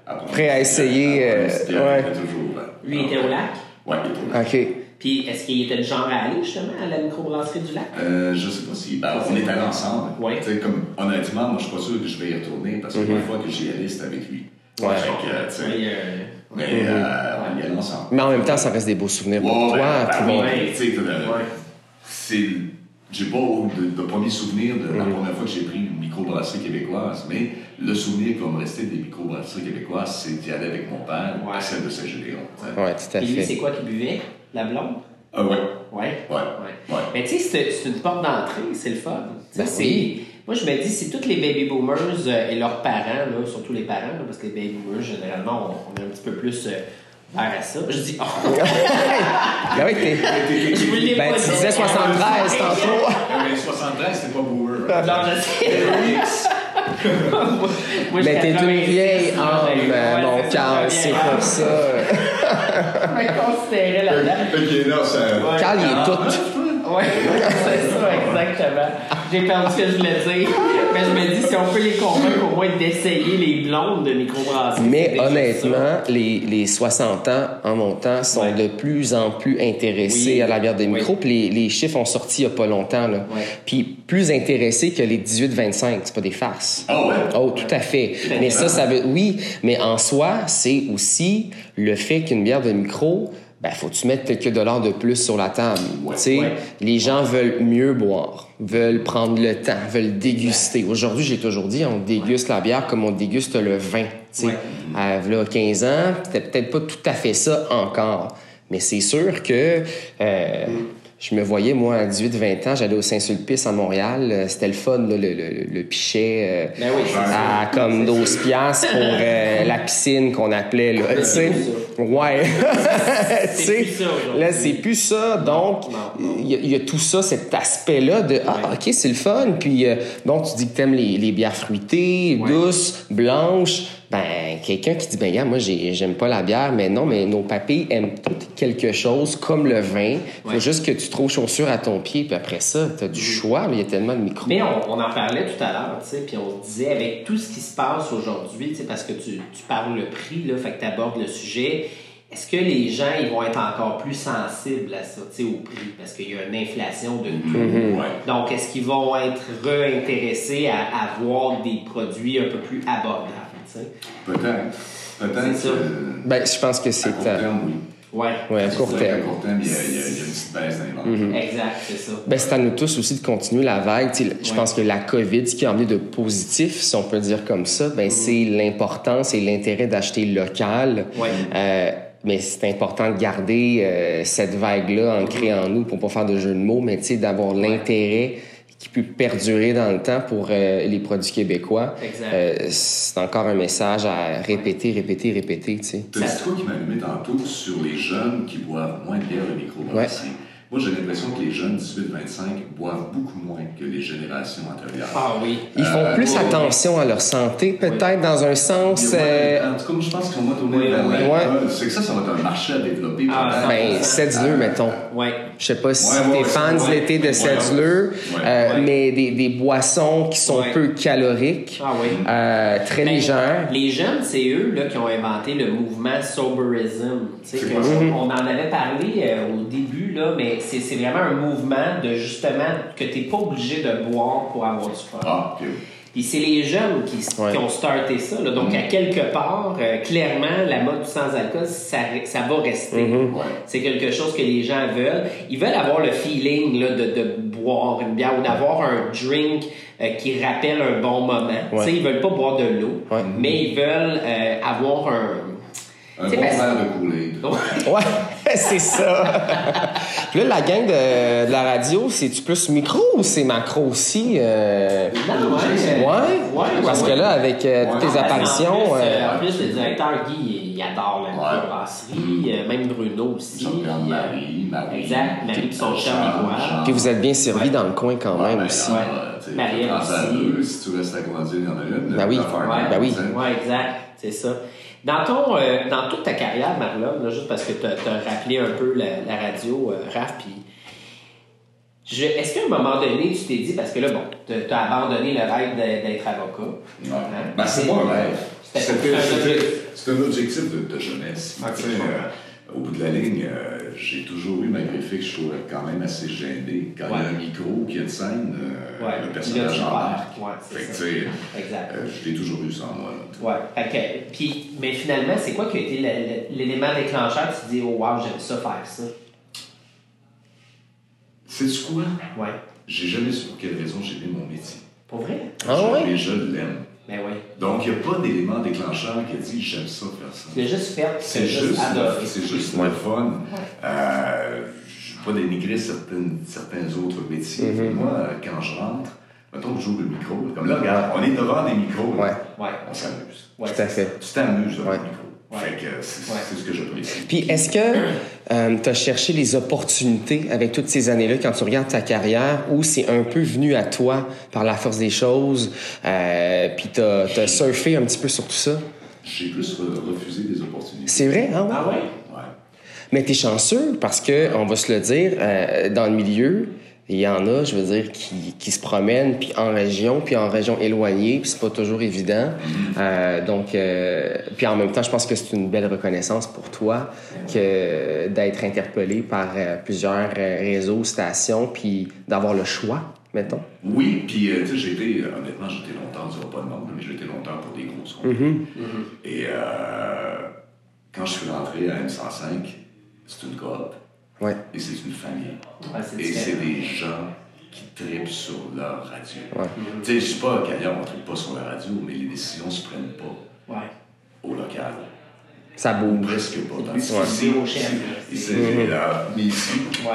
C: à, à prendre
B: Prêt à
C: des-
B: essayer,
C: à prendre des
B: euh,
C: bières,
B: ouais.
C: Il était toujours ouvert.
A: Lui, il était au lac.
C: Ouais, il était au lac.
B: Ok.
A: Puis, est-ce qu'il était le genre à aller, justement, à la microbrasserie du lac?
C: Euh, je sais pas si. ben, on est allés ensemble.
A: Ouais.
C: Tu sais, comme, honnêtement, moi, je suis pas sûr que je vais y retourner parce que la fois que j'y allais, c'était avec lui.
B: Mhm. Ouais.
C: Fait que, tu sais,
A: Oui, euh,
C: Mais euh, on y allait ensemble.
B: Mais en même temps, ça reste des beaux souvenirs pour
C: Ouais,
B: toi.
C: ben,
B: tout le
C: ben,
B: monde.
C: ben, tu sais, t'as le-
A: Ouais.
C: c'est j'ai pas de, de premier souvenir de
B: Mhm.
C: la première fois que j'ai pris une microbrasserie québécoise, mais le souvenir qui va me rester des microbrasseries québécoises, c'est d'y aller avec mon père
A: Ouais.
C: à celle de Saint-Gédéon. tu sais.
B: Ouais, tout à
A: Puis lui, c'est
B: fait.
A: quoi qu'il buvait? La blonde?
C: Ah ouais.
A: Ouais.
C: Ouais. Ouais.
A: Mais tu sais, c'est- c'est une porte d'entrée, c'est le fun. Tu sais,
B: Ben
A: c'est-
B: oui.
A: Moi, je me dis, si tous les baby boomers euh, et leurs parents, là, surtout les parents, là, parce que les baby boomers, généralement, on, on est un petit peu plus euh, vers à ça. Je dis, oh,
B: Ah oui, t'es-
A: je vous l'ai
B: ben,
A: pas
B: tu
A: dit.
B: disais 73 tantôt.
C: Ah, mais 73, c'était pas boomer.
A: Non, je sais. Moi, j'ai
B: Mais ben, t'es une
A: 86,
B: vieille
A: ouais,
B: âme, ben, euh,
A: ouais,
B: mon
A: c'est
B: Carl,
A: ça,
B: c'est
A: vieille âme.
B: pour ça.
A: Je me considérais là-dedans.
C: ok, non, ça.
A: Ouais.
B: Carl, il est tout.
A: Ouais, c'est ça, Exactement. J'ai perdu ce que je voulais dire. Mais je me dis, si on peut les convaincre au moins d'essayer les blondes de microbrasserie.
B: Mais
A: c'est déjà ça.
B: honnêtement, les, les 60 ans en montant sont
A: Ouais.
B: de plus en plus intéressés
A: Oui.
B: à la bière de
A: Oui.
B: micro. Puis les, les chiffres ont sorti il n'y a pas longtemps. Là.
A: Ouais.
B: Puis plus intéressés que les 18-25. C'est pas des farces.
C: Ah ouais?
B: Oh, tout à fait.
A: Tellement.
B: Mais ça, ça veut. Oui, mais en soi, c'est aussi le fait qu'une bière de micro, ben, faut-tu mettre quelques dollars de plus sur la table.
C: Ouais.
B: Tu sais,
A: Ouais.
B: les gens veulent mieux boire, veulent prendre le temps, veulent déguster. Aujourd'hui, j'ai toujours dit, on déguste la bière comme on déguste le vin. Tu sais,
A: Ouais.
B: à v'là 15 ans, c'était peut-être pas tout à fait ça encore. Mais c'est sûr que euh, je me voyais, moi, à 18-20 ans, j'allais au Saint-Sulpice à Montréal. Euh, C'était le fun, là, le, le- le pichet euh,
A: Ben oui, c'est ça.
B: à comme 12 piastres pour euh, la piscine qu'on appelait.
A: Ben,
B: Là, tu sais. Ouais. Tu
A: C'est
B: sais,
A: plus ça aujourd'hui.
B: Là, c'est plus ça. Donc,
A: Non, non.
B: il y, a- il y a tout ça, cet aspect-là de Ah, OK, c'est le fun. Puis, euh, bon, tu dis que t'aimes les, les bières fruitées,
A: Ouais.
B: douces, blanches. Ben, quelqu'un qui dit Ben, gars, moi, j'ai- j'aime pas la bière, mais non, mais nos papilles aiment tout quelque chose comme le vin. Faut
A: Ouais. Mhm.
B: juste que tu trouves chaussures à ton pied. Puis après ça, t'as du choix. là. Il y a tellement de micros.
A: Mais on, on en parlait tout à l'heure, tu sais, puis on se disait avec tout ce qui se passe aujourd'hui, tu sais, parce que tu, tu parles le prix, là, fait que tu abordes le sujet, est-ce que les gens, ils vont être encore plus sensibles à ça, tu sais, au prix, parce qu'il y a une inflation de tout.
B: Mhm.
C: Ouais.
A: Donc, est-ce qu'ils vont être réintéressés à avoir des produits un peu plus abordables, tu sais?
C: Peut-être. Peut-être
A: C'est
C: que.
A: ça.
B: Ben, je pense que c'est.
C: à court
B: euh,
C: terme, oui.
A: Ouais.
B: ouais, à
C: C'est
B: court
C: vrai
B: terme. Mhm.
C: qu'à court terme, il y a, il y a- il y a une petite baisse d'inventaire.
A: Exact, c'est ça.
B: Ben, c'est à nous tous aussi de continuer la vague. Tu sais, Je
A: Ouais.
B: pense que la COVID, ce qui a emmené de positif, si on peut dire comme ça,
C: Mm.
B: ben, c'est l'importance et l'intérêt d'acheter local.
A: Ouais.
B: Euh, mais c'est important de garder euh, cette vague-là ancrée
C: Mm-hmm.
B: en nous pour pas faire de jeu de mots, mais tu sais, d'avoir l'intérêt qui peut perdurer dans le temps pour euh, les produits québécois.
A: Exact.
B: Euh, c'est encore un message à répéter, répéter, répéter. tu sais.
C: T'as dit quoi qui m'a allumé tantôt sur les jeunes qui boivent moins de bière de microbrasserie? Moi, j'ai l'impression que les jeunes 18-25 boivent beaucoup moins que les générations antérieures.
A: Ah oui.
B: Ils font
C: Euh,
B: plus
C: ouais.
B: attention à leur santé, peut-être, dans un
C: Il y a
B: sens...
C: moins de-
B: euh,
C: En tout cas, moi, je pense qu'on va
A: Oui,
C: tourner vers
A: oui.
C: l'alcool. C'est que ça, ça va être un marché à développer.
A: Ah,
C: pendant-
B: Ben, 7-2, mettons.
A: Ouais.
B: Je sais pas si
C: Ouais, ouais,
B: t'es
C: ouais,
B: fan
C: ouais.
B: l'été de
C: Ouais,
B: Sedleux,
C: ouais.
B: euh,
A: Ouais.
B: mais des, des boissons qui sont
A: Ouais.
B: peu caloriques,
A: Ah oui.
B: euh, très
A: Ben,
B: légères.
A: Les jeunes, c'est eux là, qui ont inventé le mouvement soberism. Tu sais,
C: C'est
A: que
C: quoi ça?
B: Mhm.
A: on en avait parlé euh, au début, là, mais c'est c'est vraiment un mouvement de justement que tu pas obligé de boire pour avoir du fun.
C: Ah, ok.
A: Puis c'est les jeunes qui, s-
B: Ouais.
A: qui ont starté ça. là. Donc, à
C: Mm-hmm.
A: quelque part, euh, clairement, la mode du sans-alcool, ça, re- ça va rester.
B: Mm-hmm.
C: Ouais.
A: C'est quelque chose que les gens veulent. Ils veulent avoir le feeling là, de, de boire une bière ou d'avoir un drink euh, qui rappelle un bon moment. Tu sais, ils veulent pas boire de l'eau,
B: Ouais.
A: mais ils veulent euh, avoir un...
C: Un
A: Tu sais,
C: bon
A: parce-
C: verre de coulée.
B: Ouais, c'est ça. Puis là, la gang de, de la radio, c'est-tu plus micro ou c'est macro aussi? euh?
A: Non, ouais,
B: Ouais,
A: euh, ouais,
B: parce
A: ouais,
B: que là,
A: ouais.
B: avec euh, toutes
C: Ouais.
B: tes
C: Ah,
B: apparitions...
A: En plus,
B: euh,
A: euh, en plus, le directeur Guy, il- il adore la
C: Ouais.
A: microbrasserie, euh, même Bruno aussi.
C: Jean-Pierre
A: Puis, euh,
C: Marie, Marie.
A: Exact, Marie puis son chum,
C: Charles,
A: il boit.
C: Charles.
B: Puis vous êtes bien servi
A: Ouais.
B: dans le coin quand même
C: euh, Ouais,
B: aussi.
C: ben,
A: Ouais.
C: euh, tu sais,
A: Marielle
C: tu penses à
A: aussi.
C: deux, si tu restes à conduire, il y en a une.
B: Ben oui.
C: L'affaire,
A: Ouais.
B: Ben oui.
C: tu sais.
A: Oui, exact, c'est ça. Dans, ton, euh, dans toute ta carrière, Marlon, là, juste parce que tu as, rappelé un peu la, la radio, euh, Raph, puis je- est-ce qu'à un moment donné, tu t'es dit, parce que là, bon, tu as abandonné le rêve d'être d'être avocat.
C: Ouais.
A: Hein?
C: Ben, c'est pas un rêve.
A: C'était-
C: C'était-
A: c'est un
C: c'était-
A: objectif.
C: C'est un objectif de, de jeunesse.
A: Ok.
C: Tu sais, euh, au bout de la ligne, euh, j'ai toujours eu, malgré le fait que je trouvais quand même assez gêné, quand il y a un
A: Ouais.
C: micro, qu'il y a une scène, euh,
A: Ouais.
C: le
A: Là,
C: personnage
A: tu
C: embarque.
A: pars. Ouais, c'est
C: Fait que,
A: ça.
C: tu sais,
A: Exact.
C: euh, je l'ai toujours eu sans moi. là.
A: Ouais. Fait que- puis, mais finalement, c'est quoi qui a été le- le- l'élément déclencheur? Tu te dis, oh wow, j'aime ça faire ça.
C: Sais-tu quoi?
A: Ouais.
C: J'ai jamais su pour quelle raison j'ai aimé mon métier.
A: Pour vrai?
B: Ah
C: je,
B: ouais?
C: mais je l'aime.
A: Ben oui.
C: Donc, il n'y a pas d'élément déclencheur qui a dit j'aime ça faire ça.
A: Tu l'as juste fait, tu l'as
C: C'est juste,
A: adoré.
C: c'est juste moins fun. Euh, je ne veux pas dénigrer certaines, certains autres métiers.
B: Mm-hmm.
C: mais Moi, euh, quand je rentre, mettons que j'ouvre le micro, comme là, regarde, on est devant des micros, là.
B: Ouais.
A: Ouais.
C: on s'amuse.
A: Ouais.
B: Tout à fait.
C: Tu t'amuses devant
B: Ouais.
C: le micro.
A: Ouais.
C: Fait que c'est
A: Ouais.
C: c'est ce que j'apprécie.
B: Puis est-ce que tu as cherché les opportunités avec toutes ces années-là quand tu regardes ta carrière où c'est un peu venu à toi par la force des choses, euh, puis tu as, surfé un petit peu sur tout ça?
C: J'ai plus re- refusé des opportunités.
B: C'est vrai, hein? ouais?
A: Ah ouais?
C: Ouais.
B: Mais tu es chanceux parce que, on va se le dire, euh, dans le milieu, Il y en a, je veux dire, qui, qui se promènent, puis en région, puis en région éloignée, puis c'est pas toujours évident.
A: Mm-hmm.
B: Euh, donc, euh, puis en même temps, je pense que c'est une belle reconnaissance pour toi que d'être interpellé par euh, plusieurs euh, réseaux, stations, puis d'avoir le choix, mettons.
C: Oui, puis euh, tu sais, j'ai été, euh, honnêtement, j'ai été longtemps, on dira pas de nombre, mais j'ai été longtemps pour des grosses compagnies.
A: Mm-hmm.
C: Et euh, quand je suis rentré à M105, c'est une coop
B: Ouais,
C: et c'est une famille.
A: Ouais, c'est
C: et
A: différent.
C: c'est des gens qui tripent sur leur radio.
A: Mm-hmm.
C: Tu sais, je dis pas qu'ailleurs on tripe pas sur la radio, mais les décisions se prennent pas
A: Ouais.
C: au local.
B: ça
C: Ou
B: bouge.
C: presque pas. Dans
A: plus ciblé au chef, là.
C: euh, Mais ici,
A: Ouais.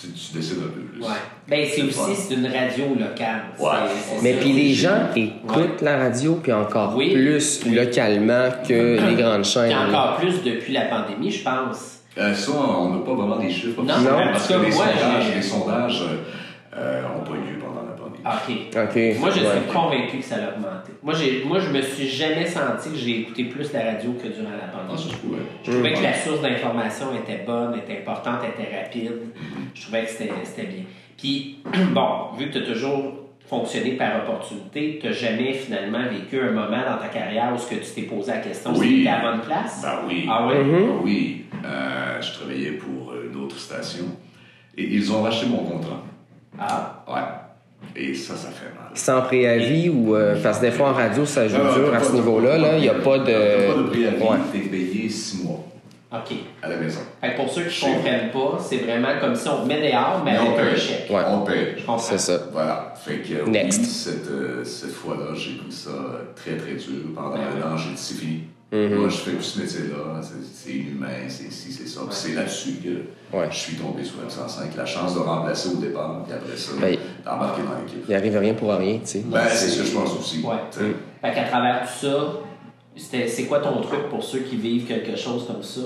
C: tu, tu décides un peu plus.
A: Ouais. Ben, c'est aussi,
C: Ouais.
A: c'est une radio locale.
C: Ouais.
A: C'est- c'est
B: Mais
A: ça.
B: puis les gens écoutent la radio, puis encore
A: Oui. Mm-hmm.
B: plus localement que les grandes chaînes.
A: Puis encore plus depuis la pandémie, je pense.
C: Euh, ça, on n'a pas vraiment des chiffres.
A: Non,
C: officiels,
A: non,
C: parce
A: parce
C: que
A: que
C: les
A: moi,
C: sondages,
A: j'ai-
C: les sondages euh, euh, ont pas eu lieu pendant la pandémie.
A: Ah, OK.
B: OK.
A: Moi, je
B: ouais.
A: suis convaincu que ça l'a augmenté. Moi, j'ai- moi, je me suis jamais senti que j'ai écouté plus la radio que durant la
C: Ah, ça,
A: pandémie.
C: je trouvais.
A: Je
B: Mm.
A: trouvais que la source d'information était bonne, était importante, était rapide. Je trouvais que c'était c'était bien. Puis, bon, vu que tu as toujours fonctionné par opportunité, tu n'as jamais finalement vécu un moment dans ta carrière où ce que tu t'es posé la question,
C: Ah, Oui.
A: si tu à la bonne place?
C: Ben oui.
A: Ah ouais?
C: Ben
B: Mm-hmm.
C: oui. Euh, je travaillais pour euh, une autre station et ils ont racheté mon contrat.
A: Ah,
C: Ouais. Et ça, ça fait mal.
B: Sans préavis ou. euh, parce que des fois en radio, ça joue
C: Alors,
B: dur
C: t'as
B: à
C: pas-
B: ce niveau-là. là. Il n'y a pas
C: T'as pas de
B: de.
C: préavis,
B: Ouais.
C: t'es payé six mois
A: OK.
C: à la maison.
A: Fait que pour ceux qui
C: Chez
A: ne
C: vous.
A: comprennent pas, c'est vraiment comme si on te met dehors, mais
C: Mais on
A: avec Ben, un
C: paye.
A: chèque.
B: Ouais.
C: On paye.
A: Je comprends.
B: C'est ça.
C: Voilà. Fait que euh,
B: Next.
C: oui, cette, euh, cette fois-là, j'ai pris ça euh, très très dur. Pendant un an, j'ai dit c'est fini.
A: Mm-hmm.
C: Moi, je fais tout ce métier-là, c'est- c'est inhumain, c'est ci, c'est ça. Puis c'est là-dessus que
B: Ouais.
C: je suis tombé sur M105. La chance de remplacer au départ, puis après ça,
B: Ben,
C: d'embarquer dans l'équipe.
B: Il n'y arrive rien pour rien, tu sais.
C: Ben, c'est ce que je pense aussi.
A: Ouais. Mm.
C: tu sais.
A: Fait qu'à travers tout ça, c'était- c'est quoi ton truc pour ceux qui vivent quelque chose comme ça?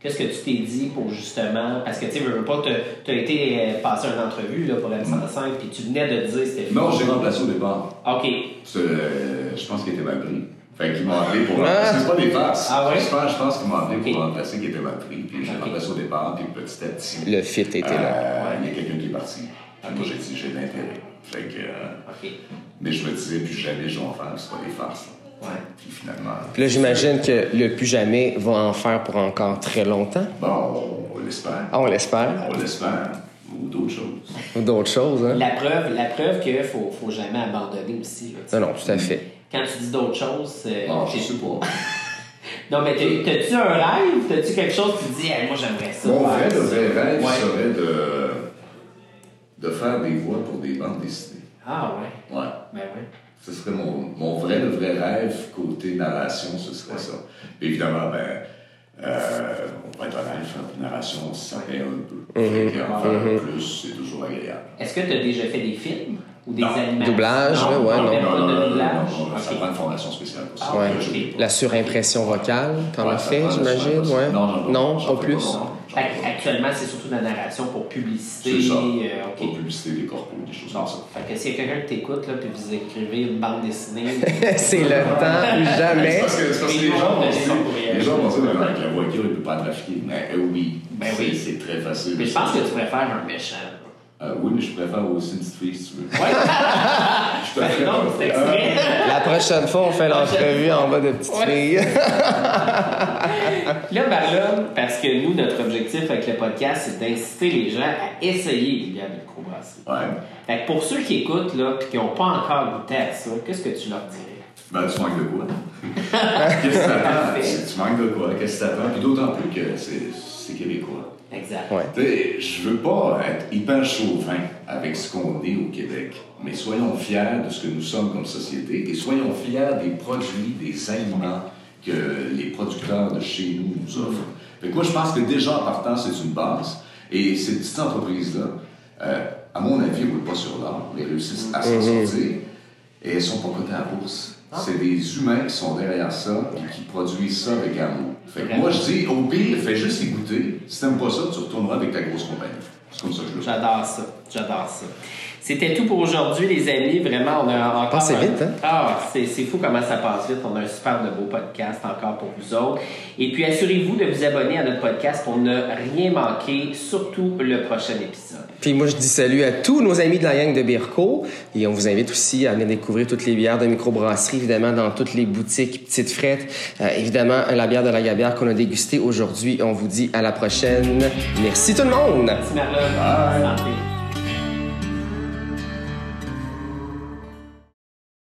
A: Qu'est-ce que tu t'es dit pour justement. Parce que tu sais, veux veux pas, tu as été euh, passer une entrevue là, pour M105, puis tu venais de dire c'était
C: Non, j'ai remplacé au départ.
A: OK.
C: Parce que, euh, je pense qu'il était mal pris. Fait qu'ils m'ont appelé pour.
B: Ah!
C: Parce que c'est pas des farces.
A: Ah ouais?
C: Je pense, je pense qu'ils m'ont appelé
A: Ok.
C: pour remplacer qui était mal pris. Puis j'ai
A: Ok.
C: remplacé au départ, puis petit à petit.
B: Le fit était là.
C: Euh, Il y a quelqu'un qui est parti. Puis Moi, j'ai dit, j'ai de l'intérêt. Fait que, euh,
A: OK.
C: mais je me disais, plus jamais je vais en faire, c'est pas des farces. là.
A: Ouais.
C: Puis finalement,
B: Puis là, j'imagine que le plus jamais va en faire pour encore très longtemps.
C: bon, on l'espère.
B: Ah, on l'espère.
C: On l'espère. Ou d'autres choses.
B: Ou d'autres choses, hein?
A: La preuve, la preuve qu'il faut, faut jamais abandonner aussi. là, tu sais.
B: Non, non, tout à fait.
A: Quand tu dis d'autres choses, euh,
C: Bon, je
A: t'es-
C: sais pas.
A: Non, mais t'as- t'as-tu un rêve? T'as-tu quelque chose qui te dit, Hey, moi j'aimerais ça?
C: Mon vrai,
A: faire
C: le
A: ça.
C: vrai rêve
A: Ouais.
C: serait de, de faire des voix pour des bandes dessinées.
A: Ah, ouais.
C: Ouais.
A: Ben ouais.
C: Ce serait mon, mon vrai, le vrai rêve côté narration, ce serait ça. Évidemment, ben, euh, on va être honnête, faire une narration, ça paye un peu.
B: Mhm.
C: Fait que en faire plus, c'est toujours agréable.
A: Est-ce que tu as déjà fait des films ou des
C: Non.
A: animations?
B: Doublage, là, ouais,
A: on
B: Ah, non.
A: fait
C: Non,
A: pas
C: non,
A: de
C: non,
A: doublage.
C: non, non, ça
A: Ok.
C: prend une formation spéciale pour ça.
A: Ah,
B: Ouais.
A: ok.
C: Je l'ai pas.
B: La surimpression vocale, t'en
C: Ouais,
B: as
C: ça
B: fait,
C: prend la
B: j'imagine,
C: surimpression.
B: ouais?
C: Non, non, non, j'en
B: pas
C: fais
B: plus.
C: non, non, j'en fais
A: Fait que Actuellement, c'est surtout de la narration pour publicité.
C: C'est ça.
A: euh,
C: pas. Pour
A: Ah, ok.
C: publicité des corpos, des choses comme ça.
A: Fait que s'il y a quelqu'un qui t'écoute, là, puis vous écrivez une bande dessinée.
B: C'est le temps plus
C: C'est
B: jamais.
C: parce que, c'est parce que
A: Mais
C: les
A: non,
C: gens
A: mais
C: vont
A: les gens pour rien.
C: dire, les gens vont dire, mais non, avec la voiture, il peut pas trafiquer. Mais euh, oui,
A: Ben
C: c'est-
A: oui.
C: c'est très facile.
A: Mais je pense que tu pourrais faire un méchant.
C: Euh, oui, mais je préfère aussi une fille, si tu veux.
A: Ouais,
C: Je te fais
A: non,
C: un-
A: c'est exprès.
C: Euh.
B: La prochaine fois, on fait l'entrevue en bas de petites filles.
A: Là, Marlon, parce que nous, notre objectif avec le podcast, c'est d'inciter les gens à essayer les bières de microbrasserie.
C: Ouais.
A: Fait que pour ceux qui écoutent, là, puis qui n'ont pas encore goûté à ça, qu'est-ce que tu leur dirais?
C: Ben, tu manques de quoi? Qu'est-ce que t'attends?
A: Parfait.
C: Tu- Tu manques de quoi? Qu'est-ce que t'attends? Puis d'autant plus que c'est c'est québécois.
A: Exact.
B: Ouais.
C: Tu sais, je veux pas être hyper chauvin avec ce qu'on est au Québec, mais soyons fiers de ce que nous sommes comme société et soyons fiers des produits, des aliments que les producteurs de chez nous nous offrent. Fait que moi, je pense que déjà en partant, c'est une base. Et ces petites entreprises-là, euh, à mon avis, ne roulent pas sur l'or, mais réussissent à s'en sortir et elles sont pas cotées à la bourse. C'est des humains qui sont derrière ça et qui produisent ça avec amour. Fait que moi, je dis, au pire, fais juste écouter. Si t'aimes pas ça, tu retourneras avec ta grosse compagnie. C'est comme ça que je le fais.
A: J'adore ça. J'adore ça. C'était tout pour aujourd'hui, les amis. Vraiment, on a encore.
B: Passez
A: un-
B: vite, hein?
A: Ah, c'est c'est fou comment ça passe vite. On a un super de beau podcast encore pour vous autres. Et puis, assurez-vous de vous abonner à notre podcast pour ne rien manquer, surtout le prochain épisode.
B: Puis moi, je dis salut à tous nos amis de la gang de Birko. Et on vous invite aussi à venir découvrir toutes les bières de microbrasserie, évidemment, dans toutes les boutiques Petites Frettes. Euh, évidemment, la bière de la Gabière qu'on a dégustée aujourd'hui. On vous dit à la prochaine. Merci tout le monde!
A: Merci, Marlon. Santé.